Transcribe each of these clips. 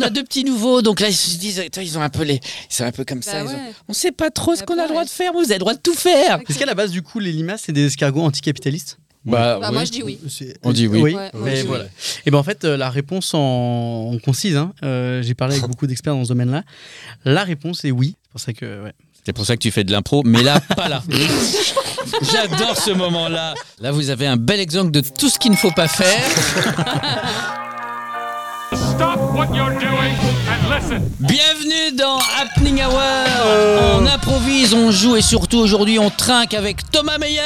a deux petits nouveaux, donc là ils se disent, Attends, ils ont un peu les, ils sont un peu comme Bah ça. ils ont- ouais. Bah, On sait pas trop ce La qu'on a le peur, droit elle- de faire, mais vous avez le droit de tout Ah, faire. Exactement. Est-ce qu'à la base, du coup, les limaces, c'est des escargots anticapitalistes Bah, Ah Bah, Moi je dis oui. Euh, C'est- On dit oui. Ouais, mais moi, je dis oui. voilà. Et ben en fait, euh, la réponse en, en concise, hein, euh, j'ai parlé avec beaucoup d'experts dans ce domaine-là. La réponse est oui. C'est pour ça que. ouais. C'est pour ça que tu fais de l'impro, mais là, pas là. J'adore ce moment-là. Là, vous avez un bel exemple de tout ce qu'il ne faut pas faire. Stop what you're doing and listen. Bienvenue dans Happening Hour. On improvise, on joue et surtout aujourd'hui, on trinque avec Thomas Meyer,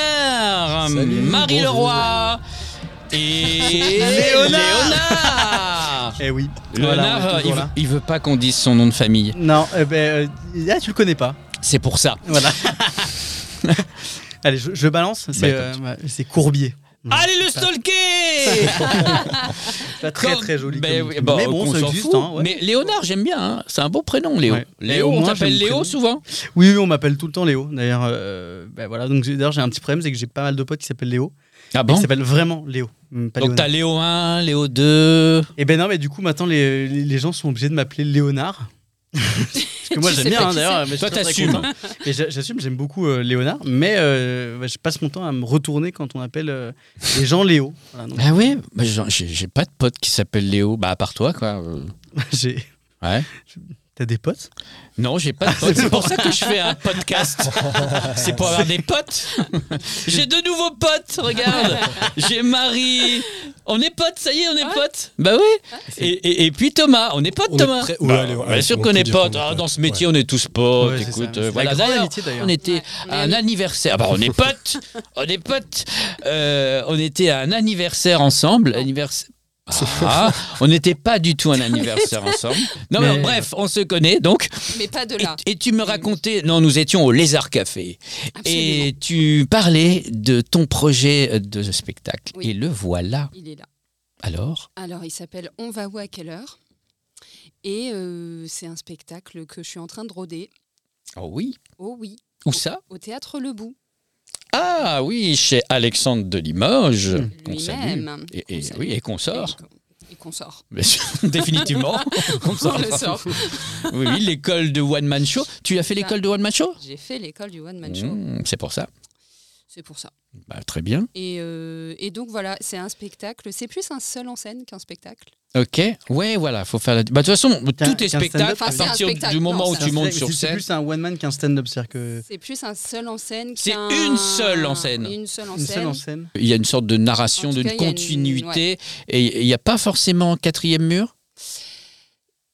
Marie Leroy et Léonard. Léonard. Eh oui. Léonard, Voilà, on est euh, il, toujours veut, là. il veut pas qu'on dise son nom de famille. Non, eh ben, euh, là, tu le connais pas. C'est pour ça. Voilà. Allez, je, je balance. C'est Bah, euh, ouais, c'est Courbier. Allez le stalker Pas très Comme- très joli. Ben comme- oui, bah, mais bon, qu'on ça s'en existe. fout. hein, ouais. Mais Léonard, j'aime bien. hein. C'est un beau prénom, Léo. Ouais. Léo, Léo, on moi, t'appelle j'aime le Léo prénom. souvent. Oui, oui, on m'appelle tout le temps Léo. D'ailleurs, euh, ben voilà. Donc j'ai- d'ailleurs, j'ai un petit problème, c'est que j'ai pas mal de potes qui s'appellent Léo, Ah et qui bon s'appellent vraiment Léo. hum, pas Donc Léonard. t'as Léo 1, Léo 2. Et ben non, mais du coup, maintenant, les, les- les gens sont obligés de m'appeler Léonard. Parce que moi, Tu j'aime sais bien, pas hein, qui d'ailleurs. mais je suis Toi, très, très t'assumes. content. Et j'a- J'assume, j'aime beaucoup euh, Léonard, mais euh, ouais, je passe mon temps à me retourner quand on appelle euh, les gens Léo. Voilà, donc, Ah oui bah, j'en- J'ai j'ai pas de pote qui s'appelle Léo. Bah, à part toi, quoi. euh. j'ai- Ouais. T'as des potes Non, j'ai pas de pote. C'est pour ça que je fais un podcast. C'est pour avoir des potes. J'ai de nouveaux potes, regarde. J'ai Marie. On est potes, ça y est, on est Ah potes. Bah oui. Et, et- et puis Thomas, on est potes, On est Thomas. très- Bah, ouais, allez, ouais, bien sûr on qu'on peut est dire qu'on potes. est Ah, potes, dans ce métier, on est tous potes. Ouais, c'est ça, Écoute, c'est euh, la voilà. grande D'ailleurs, amitié, hein. d'ailleurs. on était Ouais, on est à un amis. anniversaire. Ah bah, on est potes. on est potes. Euh, on était à un anniversaire ensemble. Anniversaire. Ah, on n'était pas du tout à un anniversaire ensemble. Non, mais Mais- bref, on se connaît donc. Mais pas de Et, là. et tu me racontais, non, nous étions au Lézard Café. Absolument. Et tu parlais de ton projet de spectacle. Oui. Et le voilà. Il est là. Alors Alors, il s'appelle On va où à quelle heure Et euh, c'est un spectacle que je suis en train de roder. Oh oui. Oh oui, Où ça au théâtre Le Bout, Ah oui, chez Alexandre de Limoges. qu'on salue. lui-même. Et, Qu'on et- salue. oui, et qu'on sort. Et qu'on sort. Bien sûr, Définitivement. on On le sort. Oui, oui, l'école de One Man Show. Tu as fait l'école de One Man Show J'ai fait l'école du One Man Show, Mmh, C'est pour ça. c'est pour ça. Bah, très bien. Et, euh, et donc voilà, c'est un spectacle. C'est plus un seul en scène qu'un spectacle. Ok. Ouais, voilà, faut faire la. Bah, de toute façon, Qu'un- tout est qu'un spectacle stand-up, à Enfin, c'est un partir spectacle, du moment non, où c'est tu un montes C'est- sur C'est scène. plus un one man qu'un stand-up, c'est-à-dire que C'est plus un seul en scène C'est qu'un- une seule en scène. Une seule en une seule scène. en scène. Il y a une sorte de narration, En tout d'une cas, il y a une- continuité, et il n'y a pas forcément un quatrième mur.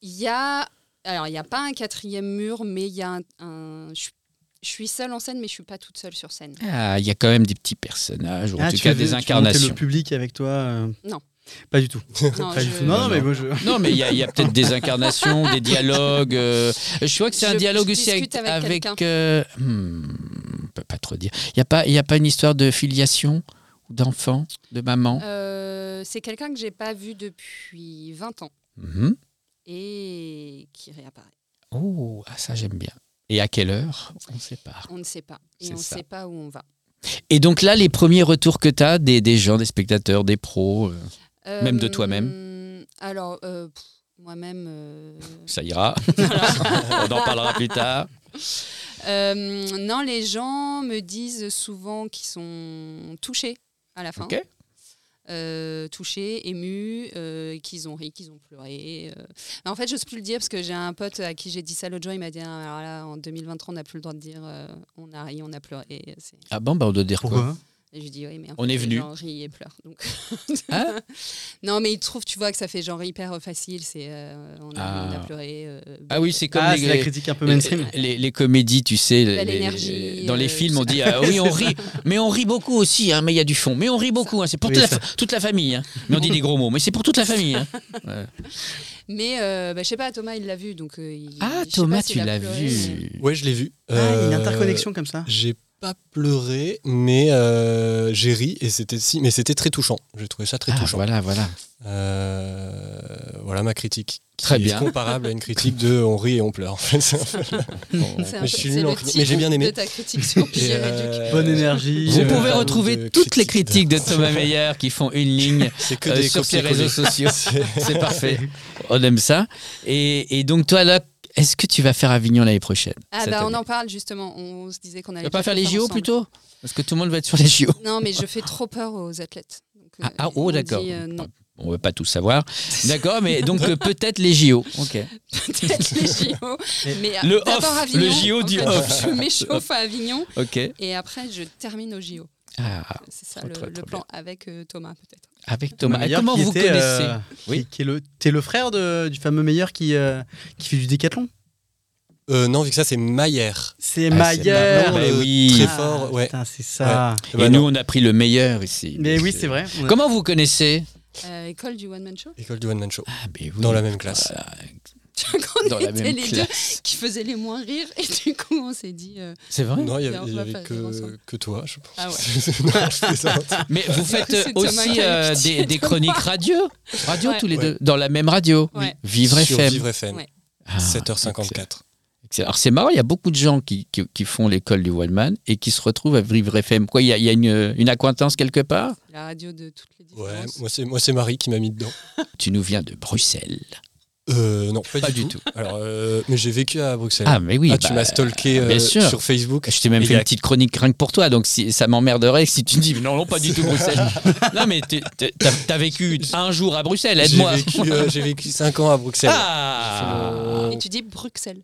Il y a. Alors, il n'y a pas un quatrième mur, mais il y a un. un- je, suis- je suis seule en scène, mais je suis pas toute seule sur scène. Ah, il y a quand même des petits personnages, ou en Ah, tout tu cas veux- tu veux des monter incarnations. le public avec toi euh, Non. Pas du tout. Non, Pas du je- tout. Non, non, mais moi, je. Non, mais il y a, il y a peut-être des incarnations, des dialogues. euh, je crois que c'est un Je- dialogue je aussi avec. discute avec avec, quelqu'un. euh, hmm, on peut pas trop dire. Il n'y a, pas- il y a pas une histoire de filiation, ou d'enfant, de maman. Euh, c'est quelqu'un que j'ai pas vu depuis 20 ans Mhm. et qui réapparaît. Oh, ah, ça j'aime bien. Et à quelle heure On ne sait pas. On ne sait pas. Et C'est on ne ça. sait pas où on va. Et donc là, les premiers retours que tu as des, des gens, des spectateurs, des pros, euh, Même de Euh, toi-même Alors, euh, pff, moi-même, euh, ça ira. On en parlera plus tard. euh, non, les gens me disent souvent qu'ils sont touchés à la fin. Ok. Euh, touchés, émus, euh, qu'ils ont ri, qu'ils ont pleuré. euh. Mais En fait, j'ose plus le dire parce que j'ai un pote à qui j'ai dit ça l'autre jour. Il m'a dit Ah, alors là, en 2023, on n'a plus le droit de dire euh, on a ri, on a pleuré. C'est- Ah bon, bah on doit dire quoi Pourquoi Et je lui dis oui, mais en On fait, est les venu. gens rient et pleurent. Donc. Hein non, mais il trouve, tu vois, que ça fait genre hyper euh, facile. C'est euh, on, a, Ah. on a pleuré. euh, Ah oui, c'est comme Ah, c'est la les, Euh, critique un peu les, mainstream. les- les comédies, tu sais. les- l'énergie, dans les euh, films, tout on dit ah oui, on rit. Mais on rit beaucoup aussi, hein, mais il y a du fond. Mais on rit beaucoup, hein, c'est pour Oui, toute, la, ça. fa- toute la famille. hein. Mais on dit des gros mots, mais c'est pour toute la famille. hein. Mais euh, bah, je sais pas, Thomas, il l'a vu. Donc, euh, il- Ah, je sais Thomas, pas s'il tu a l'as pleuré, mais- vu. Ouais, je l'ai vu. Ah, il y a une Euh, interconnexion comme ça. J'ai pas pleuré, mais euh, j'ai ri et c'était si, mais c'était très touchant. J'ai trouvé ça très Ah, touchant. voilà, voilà. Euh, voilà ma critique. qui Très est bien. Comparable à une critique de on rit et on pleure. en fait. C'est un mais peu- je suis c'est nul le en critique, mais j'ai bien titre aimé. De ta critique sur Et, Pierre et Duc. euh, Bonne énergie. Vous Euh, pouvez pardon, retrouver de toutes les critiques critique de Thomas Meyer qui font une ligne C'est que euh, des sur ses copier-coller. réseaux sociaux. C'est- C'est parfait. On aime ça. Et, et donc, toi, là, est-ce que tu vas faire Avignon l'année prochaine Ah cette bah on année en parle justement, on se disait qu'on Tu allait vas pas déjà faire les JO ensemble. plutôt Parce que tout le monde va être sur les JO. Non mais je fais trop peur aux athlètes. Donc, euh, Ah, ah, on oh, dit, d'accord. euh, non. On ne veut pas tout savoir. D'accord, mais donc euh, peut-être les JO. Ok. Peut-être les JO. Mais euh, Le d'abord off, Avignon, le JO en du fait, off. Je m'échauffe à Avignon Ok. et après je termine aux JO. Ah, C'est ça Très, le, très, le très plan avec euh, Thomas peut-être. avec Thomas. Et Meyer comment qui vous était, connaissez euh, Oui. qui- qui est le, t'es le frère de- du fameux Meyer qui, euh, qui fait du décathlon Euh, non, vu que ça, c'est C'est Mayer. Ah, c'est Maillard. Maillard, Euh, mais oui. Très Ah, fort, ouais. Putain, c'est ça. Eh Et ben nous, on non. a pris le meilleur ici. Mais oui, c'est vrai. On a- Comment vous connaissez Euh, école du One Man Show École du One Man Show. Ah, mais oui. Dans la même classe. Voilà. Quand Dans on la était même les classe. deux qui faisaient les moins rires et du coup on s'est dit euh, C'est vrai. Non, il n'y Et on avait, il y va avait faire des que, ensemble. que toi, je pense. Ah ouais. Non, je plaisante. Mais vous faites euh, C'est Thomas aussi qui a euh, pitié des, de des moi. chroniques radio. Radio Ouais. tous les Ouais. deux. Dans la même radio. Ouais. Vivre Sur FM. Vivre FM, Ouais. Ah, 7h54. excellent. Alors c'est marrant, il y a beaucoup de gens qui, qui, qui font l'école du One Man et qui se retrouvent à Vivre FM. Quoi, il y a, il y a une, une acquaintance quelque part la radio de toutes les différences. Ouais, moi c'est moi c'est Marie qui m'a mis dedans. Tu nous viens de Bruxelles. Euh, non, pas, Pas du, du tout. Alors, euh, mais j'ai vécu à Bruxelles. Ah mais oui, Ah, tu bah, m'as stalké euh, bien sûr. sur Facebook. je t'ai même Et fait y a- une petite chronique rien que pour toi, donc si, ça m'emmerderait si tu dis non, non, pas du tout Bruxelles. non, mais t'es- t'es- t'as t'as vécu un jour à Bruxelles, J'ai aide-moi. vécu, euh, j'ai vécu 5 ans à Bruxelles. Ah Et tu dis Bruxelles.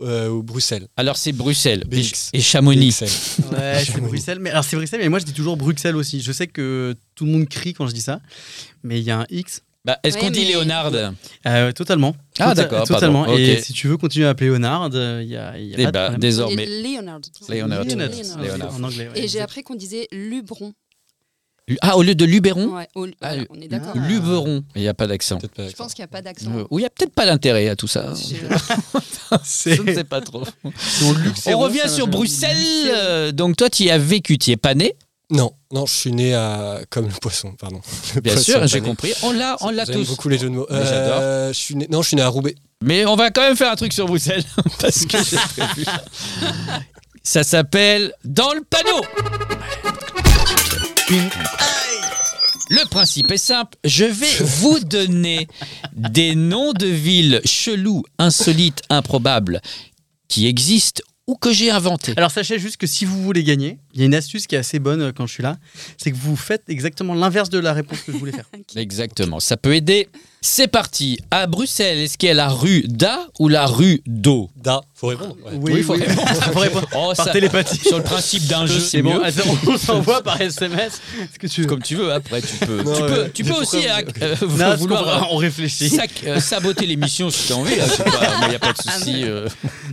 Euh, ou Bruxelles. Alors c'est Bruxelles et, BX. et Chamonix. Bruxelles. Ah, Ouais, c'est Bruxelles. Mais alors c'est Bruxelles, mais moi je dis toujours Bruxelles aussi. Je sais que tout le monde crie quand je dis ça, mais il y a un X. Bah, Est-ce Ouais, qu'on dit mais- Léonard Euh, totalement. Ah, Tota- d'accord, Totalement. pardon, Et ok. si tu veux continuer à appeler Leonard, euh, il y a, il y a Eh pas de bah, problème. désormais. Et Leonard. Leonard. Leonard. Leonard. Leonard. En anglais. ouais. Et j'ai appris qu'on disait Lubron. Ah, au lieu de Luberon Ouais, au- Ah, voilà, on est d'accord. Ah. Luberon. Il n'y a pas d'accent. Peut-être pas. Je pense qu'il n'y a pas d'accent. Euh, Ou il n'y a peut-être pas l'intérêt à tout ça. J'ai- Je ne C'est sais pas trop. son On luxéron, ça revient m'a sur fait- Bruxelles. euh, donc toi, tu y as vécu, tu y es pas né, Non, non, je suis né à comme le poisson, pardon. Le bien poisson sûr, j'ai pané. compris. On l'a, on l'a J'aime tous. beaucoup les jeux de mots. Mais j'adore. Euh, je suis né- non, je suis né à Roubaix. Mais on va quand même faire un truc sur Bruxelles parce que j'ai prévu. Ça s'appelle Dans le panneau. Le principe est simple. Je vais vous donner des noms de villes chelous, insolites, improbables qui existent ou que j'ai inventés. Alors sachez juste que si vous voulez gagner, il y a une astuce qui est assez bonne euh, quand je suis là, c'est que vous faites exactement l'inverse de la réponse que je voulais faire. Exactement, ça peut aider. C'est parti. À Bruxelles, est-ce qu'il y a la rue d'A ou la rue d'O Da, faut répondre. ouais. Oui, faut répondre. Faut répondre. Oh, Par ça- télépathie. Sur le principe d'un jeu, c'est bon. mieux. Attends, on s'envoie par SMS. Est-ce que tu veux Comme tu veux, après, tu peux, Non, tu peux, ouais. tu Mais peux pourquoi aussi vous- euh, ok. euh, Non, parce qu'on vouloir va- on euh, réfléchit. sac- euh, saboter l'émission si tu as envie. Il n'y a pas de souci. euh.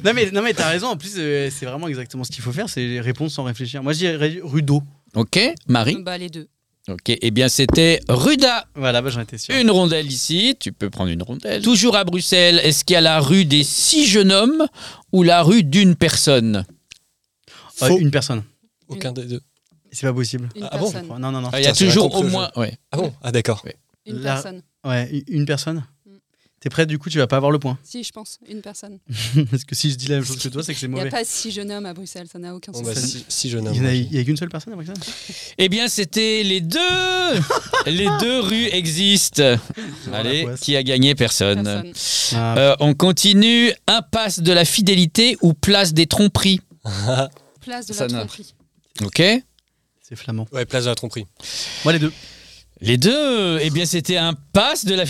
Non mais non mais t'as raison. En plus, euh, c'est vraiment exactement ce qu'il faut faire, c'est les réponses sans réfléchir. Moi, je dirais Rudo. Ok, Marie. Bah, les deux. Ok, eh bien, c'était Ruda. Voilà, bah, j'en étais sûr. Une rondelle ici, tu peux prendre une rondelle. Toujours à Bruxelles, est-ce qu'il y a la rue des six jeunes hommes ou la rue d'une Ah, personne Oh, Euh, Faux. une personne. Aucun des deux. C'est pas possible. Une Ah bon personne. Non non non. Ah, Il y a Putain, c'est toujours raconte au le moins. ouais. Ah bon Ah d'accord. une La- personne. Ouais, u- une personne. Mm. T'es prêt Du coup, tu vas pas avoir le point. Si, je pense. Une personne. Parce que si je dis la même chose que toi, c'est que c'est Il n'y a mauvais. pas six jeunes hommes à Bruxelles, ça n'a aucun Bon, sens. bah, si, si jeune homme. Il y en a, moi, il y a qu'une seule personne après ça Eh bien, c'était les deux. les deux rues existent. Allez, poisse. qui a gagné Personne. Personne. Ah, Euh, on continue. Impasse de la fidélité ou place des tromperies. Place de Ça la n'a- tromperie. Ok. C'est flamand. Ouais, place de la tromperie. Moi, les deux. Les deux. Eh bien, c'était impasse de la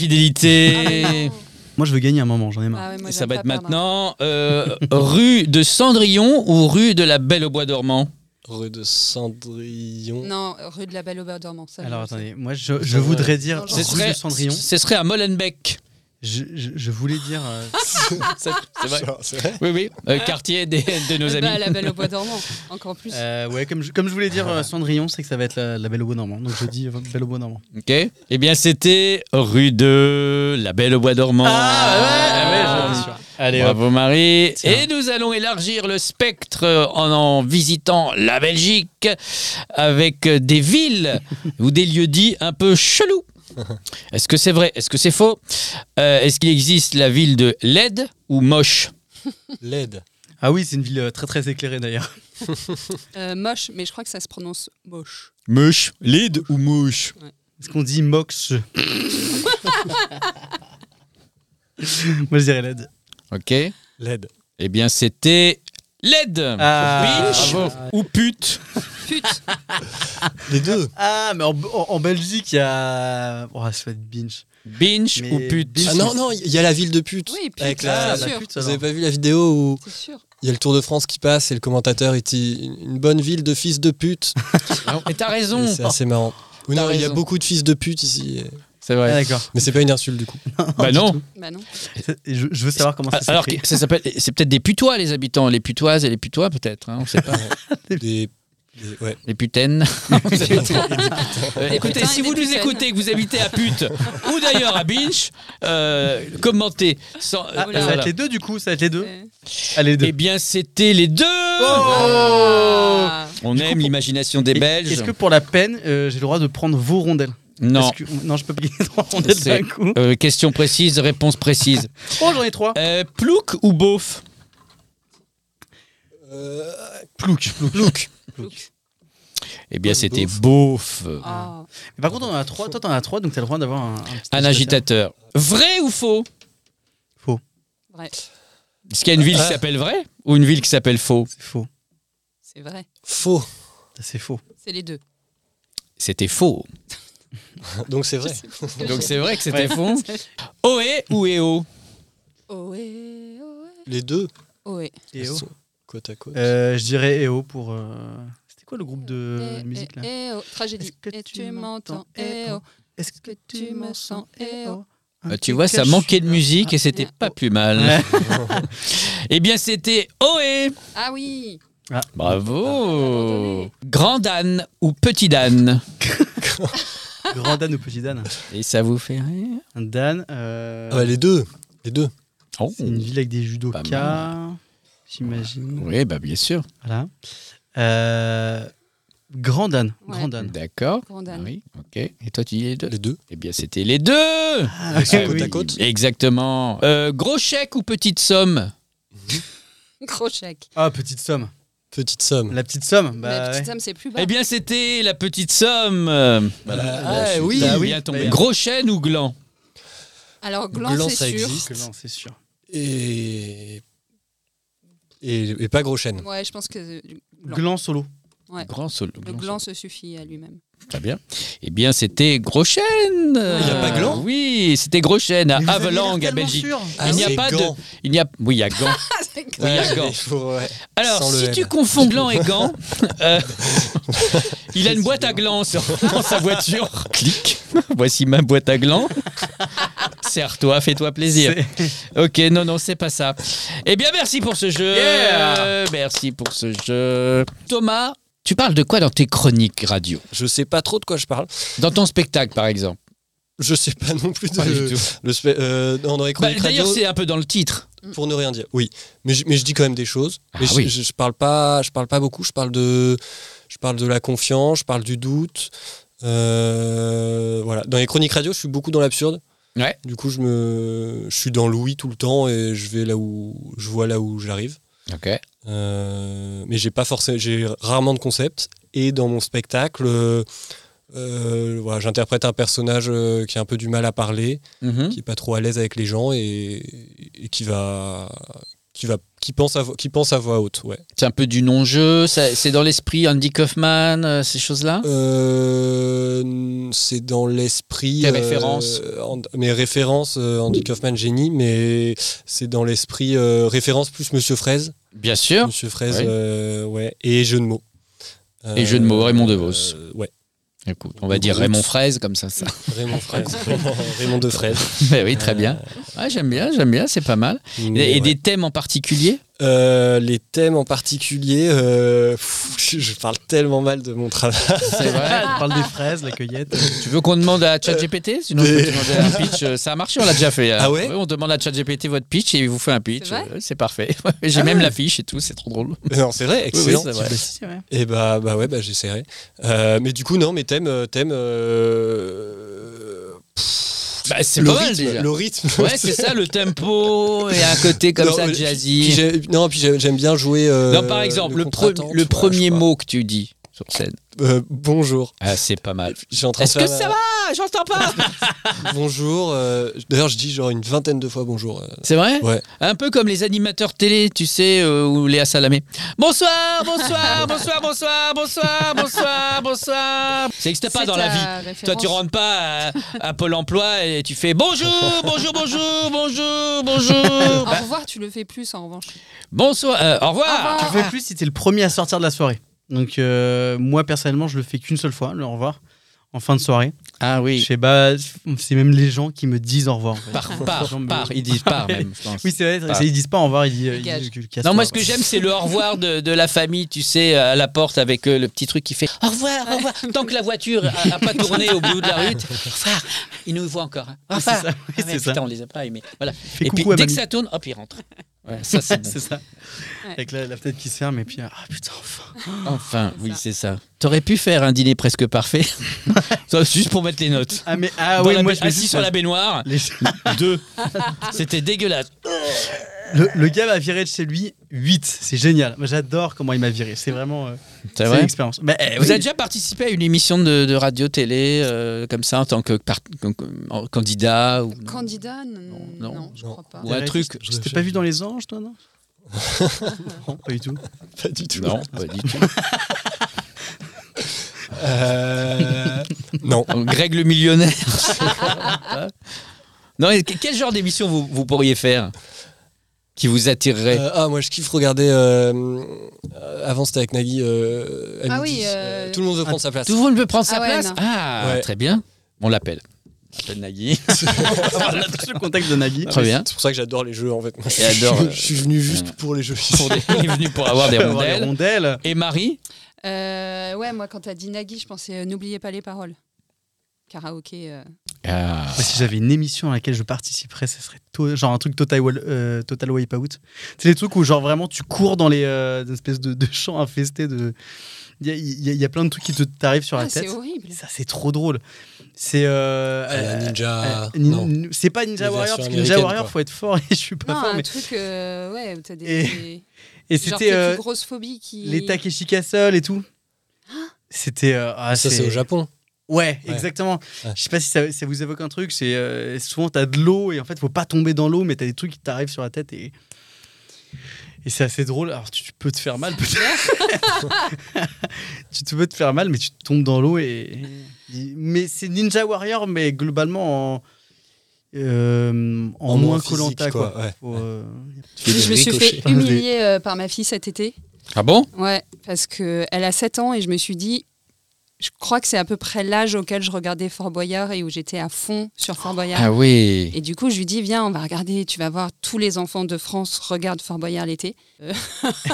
fidélité. Moi, je veux gagner un moment, j'en ai marre. Ah ouais, moi, Ça j'aime va pas être perdre. maintenant euh, rue de Cendrillon ou rue de la Belle au Bois dormant. Rue de Cendrillon. Non, rue de la Belle au beurre dormant. ça, Alors, je- attendez, moi, je, je Ça va. voudrais dire Ce Oh, rue serait- de Cendrillon. Ce serait à Molenbeek. Je, je- je voulais dire. euh, C'est c'est vrai. Genre, c'est vrai Oui, oui. Euh, quartier des- de nos Eh amis. bah, la Belle au bois dormant, encore plus. euh, ouais, comme je, comme je voulais dire euh, Cendrillon, c'est que ça va être la, la Belle au Bois Normand. Donc, je dis euh, Belle au Bois Normand. Ok. Eh bien, c'était rue de la Belle au Bois dormant. Ah, ouais, ouais, j'en étais sûr. Allez, hop. Bravo Marie. Tiens. Et nous allons élargir le spectre en en visitant la Belgique avec des villes ou des lieux dits un peu chelous. Est-ce que c'est vrai Est-ce que c'est faux Euh, Est-ce qu'il existe la ville de laide ou moche LED. Ah oui, c'est une ville euh, très très éclairée d'ailleurs. Euh, moche, mais je crois que ça se prononce moche. Moche. Laide ou moche Est-ce qu'on dit mox Moi je dirais LED. Ok. Eh LED. bien, c'était laide. Ah, Bitch bravo. ou pute. Pute Les deux. Ah, mais en, en- en Belgique, il y a. Oh, ça va être binge. Binge Mais ou pute binge, Ah non, non, il y a la ville de pute. Oui, pute, Avec Ah, la... c'est la sûr. pute, Vous alors. avez pas vu la vidéo où C'est sûr. il y a le Tour de France qui passe et le commentateur il dit une bonne ville de fils de pute. Non, mais t'as Et raison. C'est assez marrant. Ou T'as non, il y a raison. beaucoup de fils de pute ici. et- C'est Ah, vrai. d'accord. Mais c'est pas une insulte du coup. Bah non. Bah non. Et Je, je veux savoir comment ça Ah, Alors s'écrit. que ça s'appelle. C'est peut-être des putois les habitants, les putoises et les putois peut-être. hein, on sait pas. Des... des- Ouais. Les putaines. Euh, putains écoutez, et si des vous nous putaines. écoutez, que vous habitez à Pute ou d'ailleurs à Binge, euh, commentez. Sans, Ah, euh, ça va voilà. être les deux du coup, ça va être les deux. Euh, Allez, les deux. Oh Eh bien, c'était les deux ah. On Du coup, aime pour- l'imagination des Et- Belges. Est-ce que pour la peine, euh, j'ai le droit de prendre vos rondelles Non. Est-ce que- Non, je peux pas gagner trois rondelles C'est- d'un coup. Euh, question précise, réponse précise. Oh, j'en ai trois. Euh, plouc ou beauf Euh, Plouc, plouc. Eh bien, Beauf. c'était beauf. Ah. Mais Par contre, on en a trois. Toi, t'en as trois, donc t'as le droit d'avoir un. un petit Un spécial. agitateur. Vrai ou faux Vrai, Est-ce qu'il y a une ville Euh. qui s'appelle vrai ou une ville qui s'appelle faux C'est faux. c'est vrai. Faux. C'est faux. C'est les deux. C'était faux. Donc c'est vrai. Donc c'est vrai que c'était faux. Oé ou éo Ohé, ohé, Les deux. ohé. Ils oh. sont Côte à côte. Euh, je dirais EO pour. euh, C'était quoi le groupe de Eh, Euh, musique là eh, eh, oh. Est-ce Tragédie. que Et tu tu m'entends m'entends Eh, Eh oh. Est-ce que tu me sens EO Un Bah, petit tu vois, ça cache- manquait de musique et c'était Ah. pas plus mal. Ouais. Eh bien, c'était Oé. Ah oui Bravo. Abandonné. Grand Dan ou Petit Dan Grand Dan ou petit Dan Et ça vous fait rire Un Dan. euh, Ah bah, les deux. Les deux. Oh. C'est une ville avec des Pas judokas, j'imagine. Oui, bah bien sûr. Voilà. Euh, Grand Dan. Ouais. Grand Dan. D'accord. Grand Dan. Oui, ok. Et toi, tu dis les deux Les deux. Eh bien, c'était les deux Euh, Ah, Ils sont côte oui. à côte. Exactement. Euh, gros chèque ou petite somme Gros chèque. Ah, petite somme. Petite somme. La petite somme. Mais La Bah, petite ouais. somme, c'est plus bas. Eh bien, c'était la petite somme. Ah, Là, je suis oui. bien Bah oui. tombé. Bah, oui. Gros chêne ou gland Alors, gland, Gland, ça c'est sûr. existe. Que non, c'est sûr. Et... Et, et pas gros chêne. Ouais, je pense que euh, gland. Gland solo. Ouais. Grand sol. le gland se suffit à lui-même. Très bien. Eh bien, c'était Groschen. Il n'y y a pas Gland Oui, c'était Groschen à Mais vous avez l'air Avelange, Ah, à tellement Belgique. Ah, sûr. Ah, Il n'y a c'est pas de- Gand. Il n'y a. Oui, il y a Gand. Ah, c'est Oui, il y a Gand. Il faut- ouais. Alors, Sans le si M. tu confonds Gland et Gand, euh, il a une boîte à gland sur- dans sa voiture. Clic. Voici ma boîte à gland. Serre-toi, fais-toi plaisir. ah, Ok, non, non, c'est pas ça. Eh bien, merci pour ce jeu. Yeah. Euh, Merci pour ce jeu. Thomas, tu parles de quoi dans tes chroniques radio Je sais pas trop de quoi je parle. Dans ton spectacle, par exemple Je sais pas non plus de. Pas du tout. le spé- euh, non, dans les Bah, chroniques D'ailleurs, radio, c'est un peu dans le titre. pour ne rien dire. Oui, mais je, mais je dis quand même des choses. Ah mais je, oui. je, je parle pas. Je parle pas beaucoup. Je parle de. Je parle de la confiance. Je parle du doute. Euh, voilà. Dans les chroniques radio, je suis beaucoup dans l'absurde. Ouais. Du coup, je me. Je suis dans l'ouïe tout le temps et je vais là où je vois là où j'arrive. Ok. Euh, mais j'ai pas forcément. J'ai rarement de concept. Et dans mon spectacle. euh, euh, voilà, j'interprète un personnage euh, qui a un peu du mal à parler Mmh. Mhm. qui est pas trop à l'aise avec les gens et, et qui va qui va qui pense à vo- qui pense à voix haute ouais C'est un peu du non-jeu, ça- c'est dans l'esprit Andy Kaufman, euh, ces choses-là Euh, c'est dans l'esprit Tes euh, références. en- mes références euh, Andy Kaufman génie mais c'est dans l'esprit euh, référence plus Monsieur Fraise Bien sûr. Monsieur Fraise Ouais. euh, ouais et jeu de mots Et jeu de mots, Raymond Devos. euh, ouais Écoute, on va dire Raymond Fraise comme ça. ça. Raymond Fraise Raymond de Fraise Ben Euh, Mais oui, très bien. Ouais, j'aime bien, j'aime bien, c'est pas mal. Et, et Mais ouais. des thèmes en particulier Euh, les thèmes en particulier, euh, pff, je, je parle tellement mal de mon travail. C'est vrai. On parle des fraises, la cueillette. Tu veux qu'on demande à ChatGPT Sinon, je peux te demander un pitch. Euh, Ça a marché, on l'a déjà fait. hein. Ah ouais On demande à ChatGPT votre pitch et il vous fait un pitch. C'est vrai Euh, C'est parfait. J'ai même l'affiche et tout, c'est trop drôle. non, c'est vrai, Oui, oui, excellent. c'est vrai. Et bah, bah ouais, bah j'essaierai. Euh, mais du coup, non, mes thèmes. euh, thèmes euh, pff, Bah, c'est le pas mal, rythme, déjà. Le rythme. Ouais, c'est ça, le tempo et un côté comme Non, ça, mais- Puis jazzy. j'ai- non, puis j'ai- j'aime bien jouer. euh, Non, par exemple, le, pre- contre-temps, le ouais, je premier sais pas. mot que tu dis sur scène. Euh, bonjour. Ah, c'est pas mal. Je suis en train de Est-ce faire que la- ça va J'entends pas Bonjour. euh, D'ailleurs, je dis genre une vingtaine de fois bonjour. euh, C'est vrai Ouais. Un peu comme les animateurs télé, tu sais, euh, ou Léa Salamé. Bonsoir, bonsoir, bonsoir, bonsoir, bonsoir, bonsoir, bonsoir. Ça n'existe pas C'est dans la ta vie. Toi, référence. tu rentres pas à, à Pôle emploi et tu fais bonjour, bonjour, bonjour, bonjour, bonjour. Au revoir, tu le fais plus en revanche. Bonsoir, euh, au revoir. Au Tu revoir. fais plus si t'es le premier à sortir de la soirée. Donc euh, moi personnellement, je le fais qu'une seule fois, le au revoir, en fin de soirée. Ah Je oui, sais pas, c'est même les gens qui me disent au revoir. en fait. par, par, Genre, mais- par. Ils disent par même, je pense. Oui, c'est vrai, Ah. c'est- ils disent pas au revoir, ils disent, euh, ils Dégage. disent que- casse-toi. Non, moi, ce que j'aime, c'est le au revoir de, de la famille, tu sais, à la porte avec euh, le petit truc qui fait au revoir, au revoir. Tant que la voiture a, a pas tourné au bout de la rue, tu- au revoir. Ils nous voient encore. hein. Au Oui, c'est revoir. ça, oui, Ah ouais, c'est ça. putain, on les a pas aimés. Voilà. Fais et puis, coucou à dès que mamie. ça tourne, hop, ils rentrent. Ouais, ça, c'est bon. C'est ça. Ouais. Avec la, la fenêtre qui se ferme et puis ah putain enfin. Enfin, C'est oui, ça. c'est ça. T'aurais pu faire un dîner presque parfait, Ça, juste pour mettre les notes. Ah mais ah Dans ouais la moi ba- je me assis suis Ah. sur la baignoire, les... deux. C'était dégueulasse. le, le gars m'a viré de chez lui 8, c'est génial. Moi j'adore comment il m'a viré, c'est vraiment euh, C'est c'est une expérience. Mais eh, Vous oui. avez déjà participé à une émission de, de radio-télé euh, comme ça en tant que par- en- en- candidat ou non Candidat Non, Non, non, je non. crois pas. Ou un truc Je t'ai pas vu dans les anges toi non Non, pas du tout. Pas du tout. Non, pas du tout. Euh, non. Greg le millionnaire. non, et que- quel genre d'émission vous, vous pourriez faire qui vous attirerait Euh, ah, moi je kiffe regarder. euh, euh, avant c'était avec Nagui. euh, à Ah midi. oui, euh, Tout le monde veut prendre sa ah, place. Tout le monde veut prendre sa Ah ouais, place non. Ah, Ouais. très bien. On l'appelle. On appelle Nagui. Voilà tout le contexte de Nagui. Très bien. C'est pour ça que j'adore les jeux en fait. Moi, je, hein. Et adore, euh, je suis venu juste pour les jeux. Pour des- Il est venu pour avoir des Avoir des rondelles. rondelles. Et Marie Euh, ouais, moi, quand t'as dit Nagui, je pensais euh, N'oubliez pas les paroles. Karaoké. euh. Ah. Moi, si j'avais une émission à laquelle je participerais, ce serait to- genre un truc Total, Wall- euh, total Wipeout. C'est des trucs où genre vraiment tu cours dans les euh, des espèces de, de champs infestés de. Il y a, il y a- il y a plein de trucs qui te t'arrivent sur Ah, la tête. c'est horrible. Ça c'est trop drôle. C'est euh, Euh, euh, Ninja. euh, nin- non. c'est pas Ninja Les Warrior versions parce que Ninja américaines, Warrior quoi. faut être fort et je suis pas Non, fort. un mais- truc, euh, ouais, où t'as des. Et- des- Et genre c'était tes euh, plus grosses phobies qui. Ah. les Takeshi Castle et tout. C'était euh, ah, Ça c'est au Japon. Ouais, Ouais. exactement. Ouais. Je sais pas si ça, ça vous évoque un truc, c'est euh, souvent t'as de l'eau et en fait faut pas tomber dans l'eau, mais t'as des trucs qui t'arrivent sur la tête et et c'est assez drôle. Alors tu, tu peux te faire mal peut-être. tu te peux te faire mal, mais tu tombes dans l'eau et mais c'est Ninja Warrior, mais globalement en euh, en, En moins moins physique, Colanta quoi. quoi, ouais. Faut, euh, Je me suis fait Enfin, des- humilier euh, par ma fille cet été. Ah bon Ouais, parce que elle a 7 ans et je me suis dit, je crois que c'est à peu près l'âge auquel je regardais Fort Boyard et où j'étais à fond sur Fort Boyard. Ah oui. Et du coup, je lui dis, viens, on va regarder, tu vas voir, tous les enfants de France regardent Fort Boyard l'été.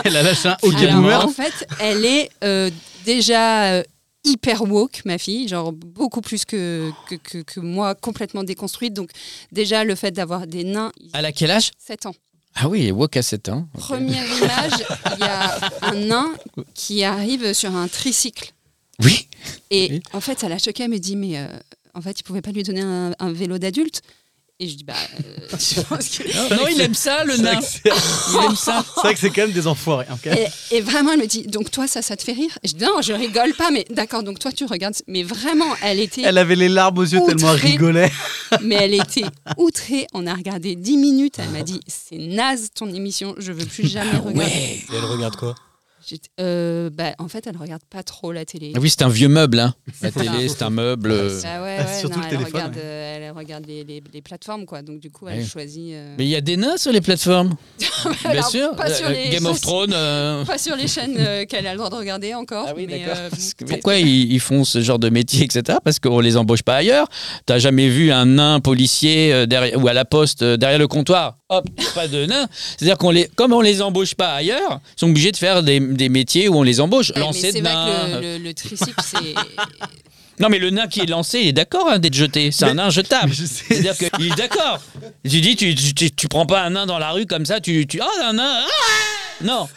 Elle a lâché un hockey Alors, boomer. en fait, elle est euh, déjà euh, hyper woke, ma fille, genre beaucoup plus que, que, que, que moi, complètement déconstruite. Donc déjà, le fait d'avoir des nains, Elle a quel âge 7 ans. Ah oui, Wok à 7 ans. Ok. Première image, il y a un nain qui arrive sur un tricycle. Oui. Et Oui. en fait, elle a choqué, elle me dit, mais euh, en fait, il pouvait pas lui donner un, un vélo d'adulte. Et je dis, bah, euh, je pense que... Non, il aime ça, le C'est vrai nain. que c'est- Il aime ça. c'est vrai que c'est quand même des enfoirés. hein, quand même. Et, et vraiment, elle me dit, donc toi, ça, ça te fait rire Et Je dis, non, je rigole pas, mais d'accord, donc toi, tu regardes. Mais vraiment, elle était, Elle avait les larmes aux yeux tellement elle Outrée. rigolait. mais elle était outrée. On a regardé 10 minutes. Elle m'a dit, c'est naze ton émission, je veux plus jamais regarder. Et elle regarde quoi J'étais, Euh, bah, en fait, elle regarde pas trop la télé. Ah oui, c'est un vieux meuble. Hein. La ça. télé, c'est un meuble. euh. Bah ouais, Ah, ouais, surtout non, le elle, téléphone, regarde, ouais. euh, elle regarde les, les- les plateformes, quoi. Donc, du coup, elle Ouais. choisit. euh, Mais il y a des nains sur les plateformes. Bien Alors, sûr. pas sur Euh, les- Game pas of sur- Thrones. euh, Pas sur les chaînes euh, qu'elle a le droit de regarder encore. Ah oui, mais, d'accord. euh, Parce que- mais- Pourquoi ils, ils font ce genre de métier, etc. Parce qu'on les embauche pas ailleurs. T'as jamais vu un nain policier euh, derrière, ou à la poste euh, derrière le comptoir. Hop, pas de nain. C'est-à-dire qu'on les, comme on les embauche pas ailleurs, ils sont obligés de faire des, des métiers où on les embauche. Ouais, mais Lancer de c'est vrai nain. que le, le, le tricycle, c'est. Non, mais le nain qui est lancé, il est d'accord hein, d'être jeté. C'est un nain jetable. Je sais. C'est-à-dire qu'il est d'accord. Tu dis, tu, tu, tu- tu prends pas un nain dans la rue comme ça, tu. tu oh, un nain ah Non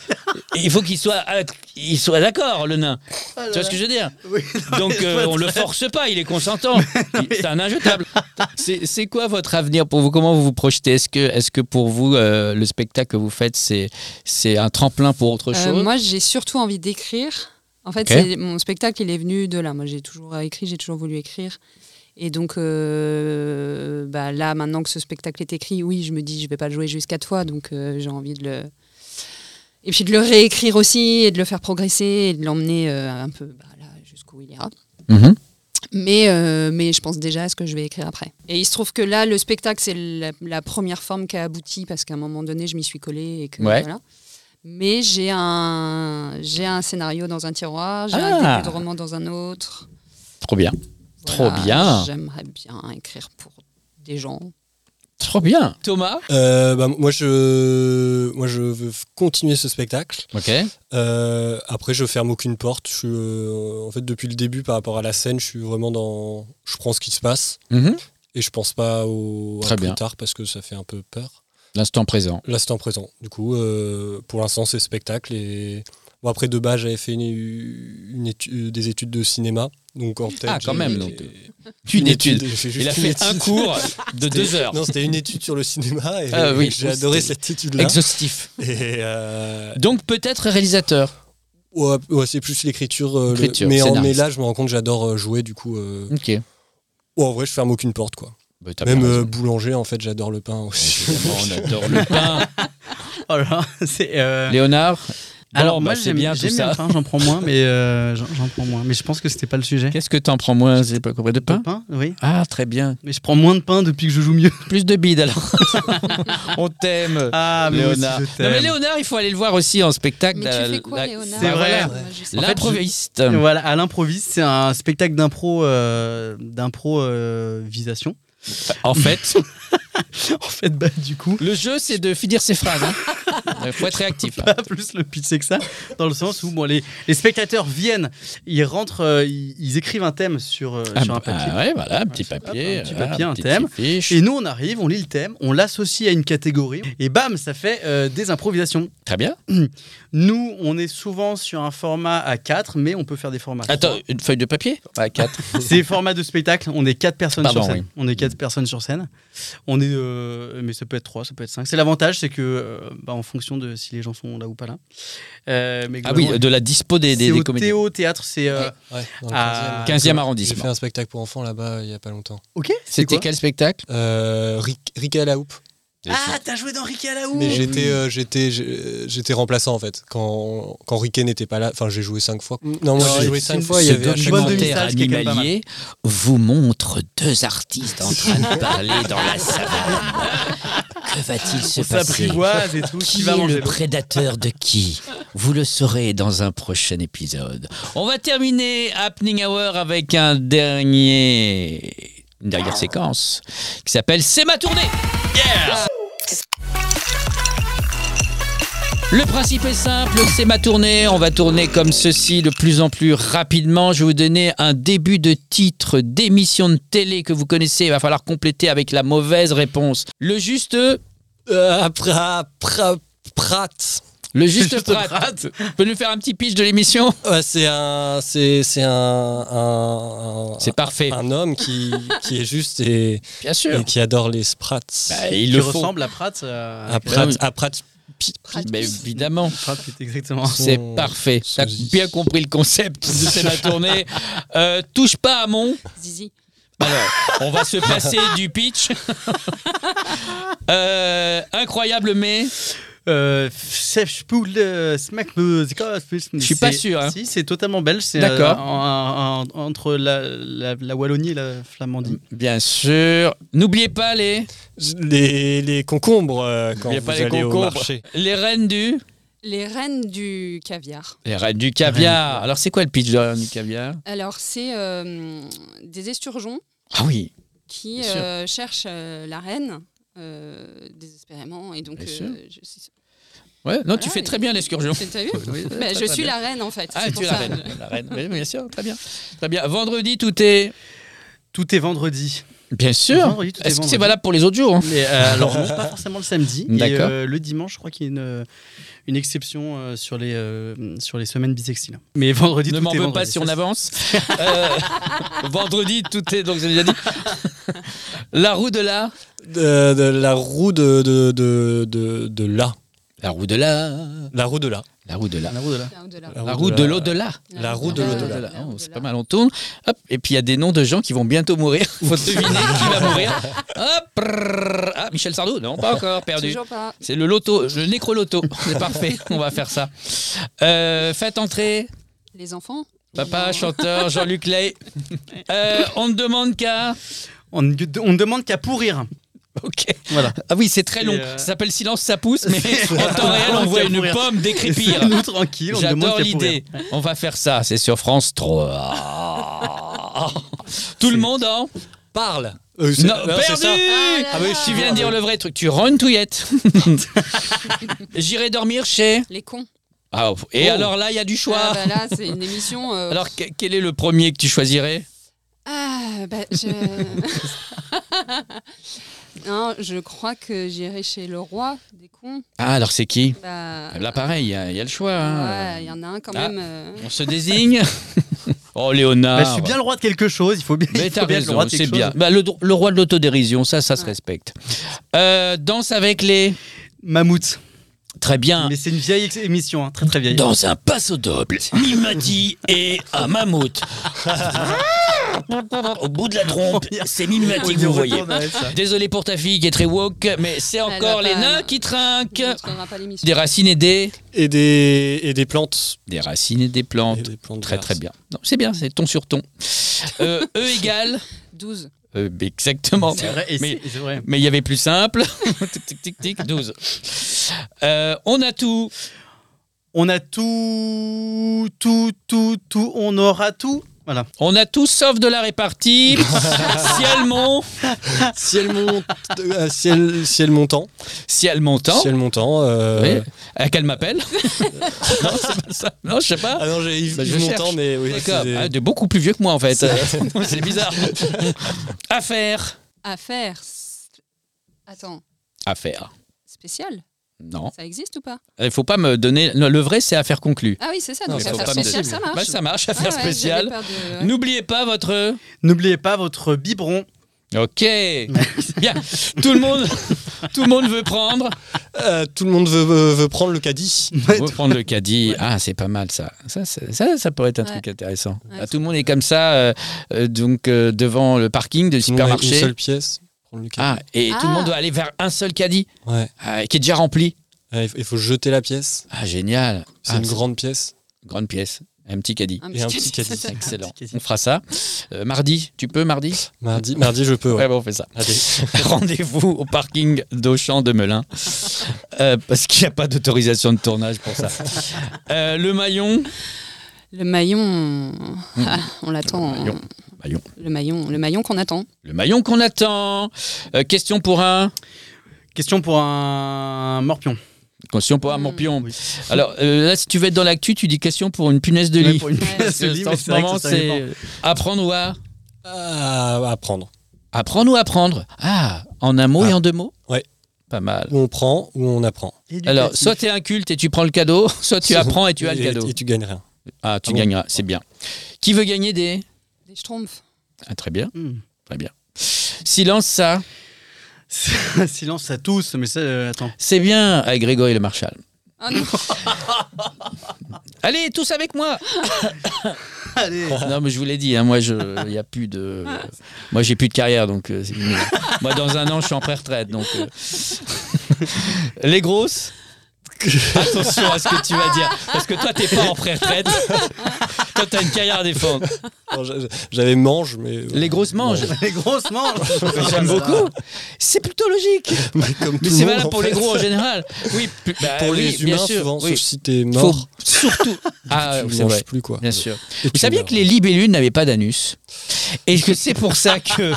Il faut qu'il soit, euh, il soit d'accord, le nain. tu vois ce que je veux dire Oui, non, Donc, mais je euh, vois on le très- force pas, il est consentant. Il- C'est un nain jetable. C'est c'est quoi votre avenir pour vous Comment vous vous projetez Est-ce que, est que pour vous, euh, le spectacle que vous faites, c'est c'est un tremplin pour autre Euh, chose moi, j'ai surtout envie d'écrire. En fait, Ok. c'est- mon spectacle, il est venu de là. Moi, j'ai toujours écrit, j'ai toujours voulu écrire. Et donc, euh, bah, là, maintenant que ce spectacle est écrit, oui, je me dis, je vais pas le jouer juste quatre fois, donc euh, j'ai envie de le. Et puis de le réécrire aussi, et de le faire progresser, et de l'emmener euh, un peu bah, là, jusqu'où il ira. Mhm. Mais, euh, mais je pense déjà à ce que je vais écrire après. Et il se trouve que là, le spectacle, c'est la, la première forme qui a abouti parce qu'à un moment donné, je m'y suis collée. Et que, Ouais. voilà. Mais j'ai un, j'ai un scénario dans un tiroir, j'ai Ah. un début de roman dans un autre. Trop bien. Trop bien. J'aimerais bien écrire pour des gens. Trop bien. Thomas Euh, bah, moi, je, moi, je veux f- continuer ce spectacle. Ok. Euh, après, je ferme aucune porte. Je suis, euh, en fait, depuis le début, par rapport à la scène, je suis vraiment dans. Je prends ce qui se passe Mhm. et je pense pas au à Très plus bien. tard parce que ça fait un peu peur. L'instant présent. L'instant présent. Du coup, euh, pour l'instant, c'est spectacle. Et bon, après, de base, j'avais fait une, une étu- euh, des études de cinéma. Donc, en tête, Ah, quand j'ai- même, j'ai- donc. Une, Une étude. j'ai juste Il a une fait un étude. cours de deux C'était- heures. Non, c'était une étude sur le cinéma et Ah oui, j'ai oui, adoré c'était cette étude-là. Exhaustif. Et euh, Donc peut-être réalisateur. ouais, ouais, c'est plus l'écriture. euh, le- Écriture, mais, en- mais scénariste. là, je me rends compte, j'adore euh, jouer. Du coup, euh, Ok. ouais, en vrai, je ferme aucune porte, quoi. Bah, Mm. t'as Même bien euh, raison. boulanger, en fait, j'adore le pain aussi. on adore le pain. Oh là là, c'est, euh, Léonard. Alors bon, moi bah, c'est j'aime bien bien, tout ça. le pain, j'en prends moins, mais euh, j'en j'en prends moins. Mais je pense que c'était pas le sujet. Qu'est-ce que t'en prends moins J'ai pas compris de Le pain. pain, oui. Ah très bien. Mais je prends moins de pain depuis que je joue mieux. Plus de bide alors. on t'aime. Ah, mais moi aussi, Léonard. je Non, t'aime. mais Léonard, il faut aller le voir aussi en spectacle. Mais Euh, tu fais quoi, la- Léonard c'est vrai. Moi, je sais pas. L'improviste. Voilà, à l'improviste, c'est un spectacle d'impro, euh, d'impro euh, visation. En fait, en fait, bah, du coup, le jeu, c'est de finir ses phrases. hein. Il faut être réactif. pas plus le pitcher que ça, dans le sens où bon, les, les spectateurs viennent, ils rentrent, euh, ils, ils écrivent un thème sur, euh, Ah, sur un bah, papier. ouais, voilà, un petit papier. un petit voilà, papier, un petite thème. fiche. Et nous, on arrive, on lit le thème, on l'associe à une catégorie, et bam, ça fait euh, des improvisations. Très bien. Nous, on est souvent sur un format à 4, mais on peut faire des formats. à Attends, une feuille de papier À 4. C'est format de spectacle. On est quatre personnes Pardon, sur scène. oui. Mm. On est quatre personnes sur scène. On est, euh, mais ça peut être trois, ça peut être cinq. C'est l'avantage, c'est que euh, bah, en fonction de si les gens sont là ou pas là. Euh, mais Ah oui, globalement, de la dispo des, des, c'est des au comédiens. Théo théâtre, c'est euh, Ouais, dans le Ah, 15e. 15e J'ai fait arrondissement. un spectacle pour enfants là-bas il y a pas longtemps. ok. c'est C'était quoi quel spectacle Euh, Rick- Rick à la houppe. Ah, t'as joué dans Ricky à la Mais Houpe. j'étais euh, j'étais j'ai- j'étais remplaçant en fait quand quand Riquet n'était pas là. Enfin j'ai joué cinq fois. Non moi Non, j'ai c'est joué une- cinq c'est fois. Il y Ce une avait à chaque bonne fois- demi- documentaire ce qui est quand même pas mal. animalier vous montre deux artistes en train de parler dans la savane. Que va-t-il se On passer s'apprivoise et tout. qui va est manger le l'autre prédateur de qui Vous le saurez dans un prochain épisode. On va terminer Happening Hour avec un dernier, une dernière séquence qui s'appelle C'est ma tournée. Le principe est simple, c'est ma tournée. On va tourner comme ceci de plus en plus rapidement. Je vais vous donner un début de titre d'émission de télé que vous connaissez. Il va falloir compléter avec la mauvaise réponse. Le juste Euh, pra- pra- Prat. Le juste, Juste Pratt. Tu peux nous faire un petit pitch de l'émission Ouais, c'est un c'est c'est un un, un- C'est parfait. un homme qui qui est juste et, ah, Bien et sûr. qui adore les Sprats. Bah, il Qui le Ah, faut. ressemble à Pratt. euh, à avec- Prat, oui. à Prat Pi- Bah, évidemment. Pratt, c'est exactement. C'est Son- parfait. son T'as zizi. bien compris le concept de cette la tournée. Euh, touche pas à mon. Zizi. Alors, on va se passer du pitch. Euh, incroyable mais Euh, Sefspoel, euh, Smackmusic, oh, Je suis pas c'est- sûr, hein. Si, c'est totalement belge. C'est D'accord. euh, en- en- en- entre la, la- la Wallonie et la Flamandie. Bien sûr. N'oubliez pas les, Les, les concombres, euh, quand N'oubliez vous pas les allez au concombres. marché. les reines du. Les reines du caviar. Les reines du caviar. Alors, c'est quoi le pitch de la reine du caviar Alors, c'est euh, des esturgeons Ah oui. qui Bien sûr. euh, cherchent euh, la reine euh, désespérément. Et donc, euh, Bien sûr. je- Ah, c'est- Ouais. Non, tu Voilà, fais et- très bien l'escurgeon. c'est- t'as vu Bah, très, Je très suis bien. la reine en fait. Ah, c'est tu pour es la ça. reine. La reine. Oui, bien sûr, très bien. Très bien. Vendredi, tout est. Tout est vendredi. Bien sûr. Vendredi, tout est Est-ce que c'est vendredi. valable pour les autres jours hein Mais, euh, alors, non, pas forcément le samedi. Et, D'accord. euh, le dimanche, je crois qu'il y a une, euh, une exception euh, sur, les, euh, sur les semaines bisextiles. Mais vendredi, Ne tout m'en est veux vendredi. pas si Ça, on c'est- avance. Euh, vendredi, tout est. Donc, j'ai déjà dit. La roue de la. De, de la roue de, de, de, de, de là. La roue de la. La roue de là. La roue de la. La roue de là. C'est un Euh, de la- La roue de l'au-delà. La roue de Ah, l'au-delà. voilà. La Oh, roue de c'est l'au-delà. pas mal, on tourne. Hop, et puis il y a des noms de gens qui vont bientôt mourir. Faut deviner qui va mourir. Hop, prrr. ah, Michel Sardou, non, pas encore, perdu. Toujours pas. C'est le loto, le nécroloto. C'est parfait, on va faire ça. Euh, faites entrer Les enfants papa, Non. chanteur, Jean-Luc Ley. Euh, on ne demande qu'à. On, ne- on ne demande qu'à pourrir. Ok. Voilà. Ah oui, c'est très long. Et, euh, Ça s'appelle Silence, ça pousse, mais C'est- en temps réel, on voit une Pourrir. pomme décrépir. Nous, tranquille, on ne demande J'adore qu'à pourrir. l'idée. On va faire ça, c'est sur France 3. Tout le monde en Parle Euh, c'est- Non, non, bah, c'est perdu ça. Ah là là. Tu viens de dire le vrai truc. Tu rends une touillette. J'irai dormir chez. Les cons. Ah, et Oh. alors là, il y a du choix. Ah, bah là, c'est une émission. euh, Alors, que- quel est le premier que tu choisirais Ah, bah, je. non, je crois que j'irai chez le roi des cons. Ah, alors c'est qui Bah, Ah, Là, pareil, il y, a- il y a le choix. hein. ouais, il y en a un quand Ah. même. euh, On se désigne. oh, Léonard. Bah, je suis bien le roi de quelque chose. Il faut bien, Mais il t'as faut bien être le raison, roi de quelque c'est bien. chose. Bah, le, dro- le roi de l'autodérision, ça, ça se Ouais. respecte. Euh, danse avec les. Mammouth. Très bien. Mais c'est une vieille ex- émission, hein, très très vieille. Ah. Dans un passe au double, Mimati et un mammouth. Au bout de la trompe, c'est Mimati que vous voyez. Désolé pour ta fille qui est très woke, mais c'est encore Elle les a pas- nains qui trinquent. on ne montrera pas l'émission. Des racines et des. Et des, et des plantes. Des racines et des Et plantes. des plantes Très très vertes. bien. Non, C'est bien, c'est ton sur ton. Euh, e égale. 12. Euh, exactement. C'est vrai, et Mais- c'est- c'est vrai. Mais il y avait plus simple. tic, tic, tic, tic, 12. Euh, on a tout. On a tout, tout, tout, tout, on aura tout. Voilà. On a tout sauf de la répartie. ciel mont. Ciel, mont... euh, ciel, ciel montant. Ciel montant. Ciel montant. euh, Oui. À qu'elle m'appelle. non, c'est pas ça. Non, je sais pas. Ah non, j'ai Yves, Bah, je Yves Montand, cherche. mais oui. D'accord. c'est- Ah, de beaucoup plus vieux que moi, en fait. C'est bizarre. Affaire. À faire. s- Attends, Affaire. spécial Non. Ça existe ou pas Il faut pas me donner. non, le vrai, c'est affaire conclue. Ah oui, c'est ça. Non, Donc, ça, à faut faire pas me spécial, ça marche. Bah, ça marche, Ah ouais, affaire j'avais spéciale. peur de- euh, ouais. N'oubliez pas votre. N'oubliez pas votre biberon. Ok. Bien. Tout le monde, tout le monde veut prendre. Euh, tout le monde veut, veut- veut prendre le caddie. Reprendre le caddie. Ah, c'est pas mal ça. Ça, ça, ça, ça pourrait être un Ouais. truc intéressant. Ah, Ouais, c'est tout le monde est comme ça, euh, euh, donc euh, devant le parking du Tout le monde a Une supermarché. seule pièce. Prendre le caddie. Ah, et tout le Ah. monde doit aller vers un seul caddie Ouais. ah, qui est déjà rempli. Ah, Il faut- il faut jeter la pièce. Ah, génial. C'est Ah, une grande pièce. grande pièce. Un petit caddie. Un Et un petit caddie. caddie. Excellent. petit caddie. On fera ça. Euh, mardi, tu peux mardi Mardi, mardi je peux. ouais. bon, on fait ça. Allez. Rendez-vous au parking d'Auchan de Melun. Euh, parce qu'il n'y a pas d'autorisation de tournage pour ça. Euh, le maillon. Le maillon. Ah, on Mmh. l'attend. Le maillon. Maillon. Le maillon, le maillon qu'on attend. Le maillon qu'on attend. Euh, question pour un. Question pour un morpion. Question pour un Hmm. morpion. Oui. Alors euh, là, si tu veux être dans l'actu, tu dis question pour une punaise de Ouais, lit. pour une punaise Parce de que lit, en mais ce c'est vrai que moment, ça, ça c'est dépend. apprendre ou à Ah, à prendre. apprendre ou apprendre. Ah, en un mot Ah. et en deux mots. Ouais. Pas mal. Où on prend, où on apprend. Éducatif. euh, Alors, soit tu es inculte et tu prends le cadeau, soit tu apprends et tu as le cadeau. Et tu gagnes rien. Ah, tu Ah bon gagneras, c'est bien. Qui veut gagner des Des schtroumpfs. Ah, très bien, Hmm. très bien. Silence, ça, Silence à tous, mais ça, euh, attends. c'est bien avec Grégory le Marshal. Ah non, Allez, tous avec moi Allez. Non, mais je vous l'ai dit, hein, moi, je, y a plus de, moi, j'ai plus de carrière, donc euh, c'est- mais- moi, dans un an, je suis en pré-retraite, donc euh. les grosses. Attention à ce que tu vas dire. Parce que toi, t'es pas en pré-retraite. toi, t'as une carrière à défendre. Alors, j'a- j'a- J'avais mange, mais. Les grosses manges. Les grosses manches. J'aime beaucoup. C'est plutôt logique. Mais comme Mais c'est tout le monde, valable en pour les fait. gros en général. Oui, pu- bah Pour oui, les bien humains, sûr, souvent, oui. sauf si t'es Faut mort. surtout. Ah, tu c'est manges vrai. plus, quoi. Bien sûr. Et Vous tu saviez meurs. que les libellules n'avaient pas d'anus et que c'est pour ça que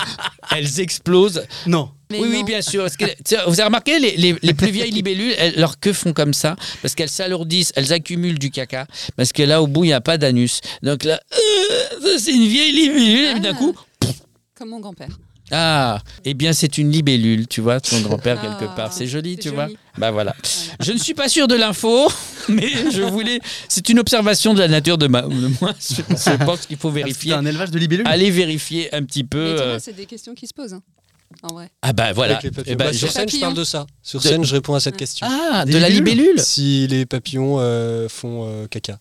elles explosent. Non. Mais oui, oui, non. bien sûr. Parce que, tiens, vous avez remarqué, les, les- les plus vieilles libellules, elles, leur queue font comme ça parce qu'elles s'alourdissent, elles accumulent du caca parce que là, au bout, il n'y a pas d'anus. Donc là, euh, ça, c'est une vieille libellule et d'un Ah. coup, Comme mon grand-père. ah, eh bien, c'est une libellule, tu vois, ton grand-père Ah, quelque part. C'est joli, c'est tu joli. vois. Bah voilà. Je ne suis pas sûr de l'info, mais je voulais. C'est une observation de la nature de ma. de moi. Je, je pense qu'il faut C'était vérifier. Ah, un élevage de libellules. Allez vérifier un petit peu. Mais tu euh, vois, c'est des questions qui se posent, hein, en vrai. Ah bah voilà. Avec les papillons. Eh ben, Bah, je- sur scène, je parle de ça. Sur De- scène, je réponds à cette question. Ah, Des de la libellules libellule. Si les papillons euh, font euh, caca.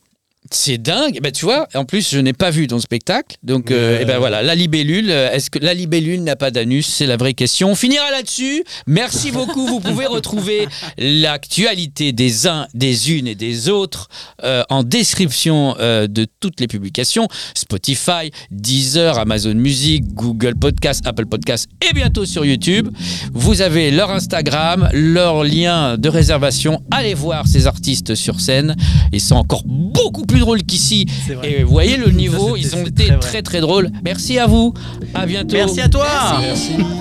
C'est dingue. Bah tu vois. En plus, je n'ai pas vu ton spectacle. Donc, euh, Mais, eh ben euh, voilà. La libellule. euh, Est-ce que la libellule n'a pas d'anus C'est la vraie question. On finira là-dessus. Merci beaucoup. Vous pouvez retrouver l'actualité des uns, des unes et des autres euh, en description euh, de toutes les publications Spotify, Deezer, Amazon Music, Google Podcast, Apple Podcast et bientôt sur YouTube. Vous avez leur Instagram, leur lien de réservation. Allez voir ces artistes sur scène. Ils sont encore beaucoup plus drôles qu'ici. C'est vrai. Et vous voyez le niveau, c'était- ils ont c'était été très vrai. très très drôles. Merci à vous. À bientôt. Merci à toi. Merci.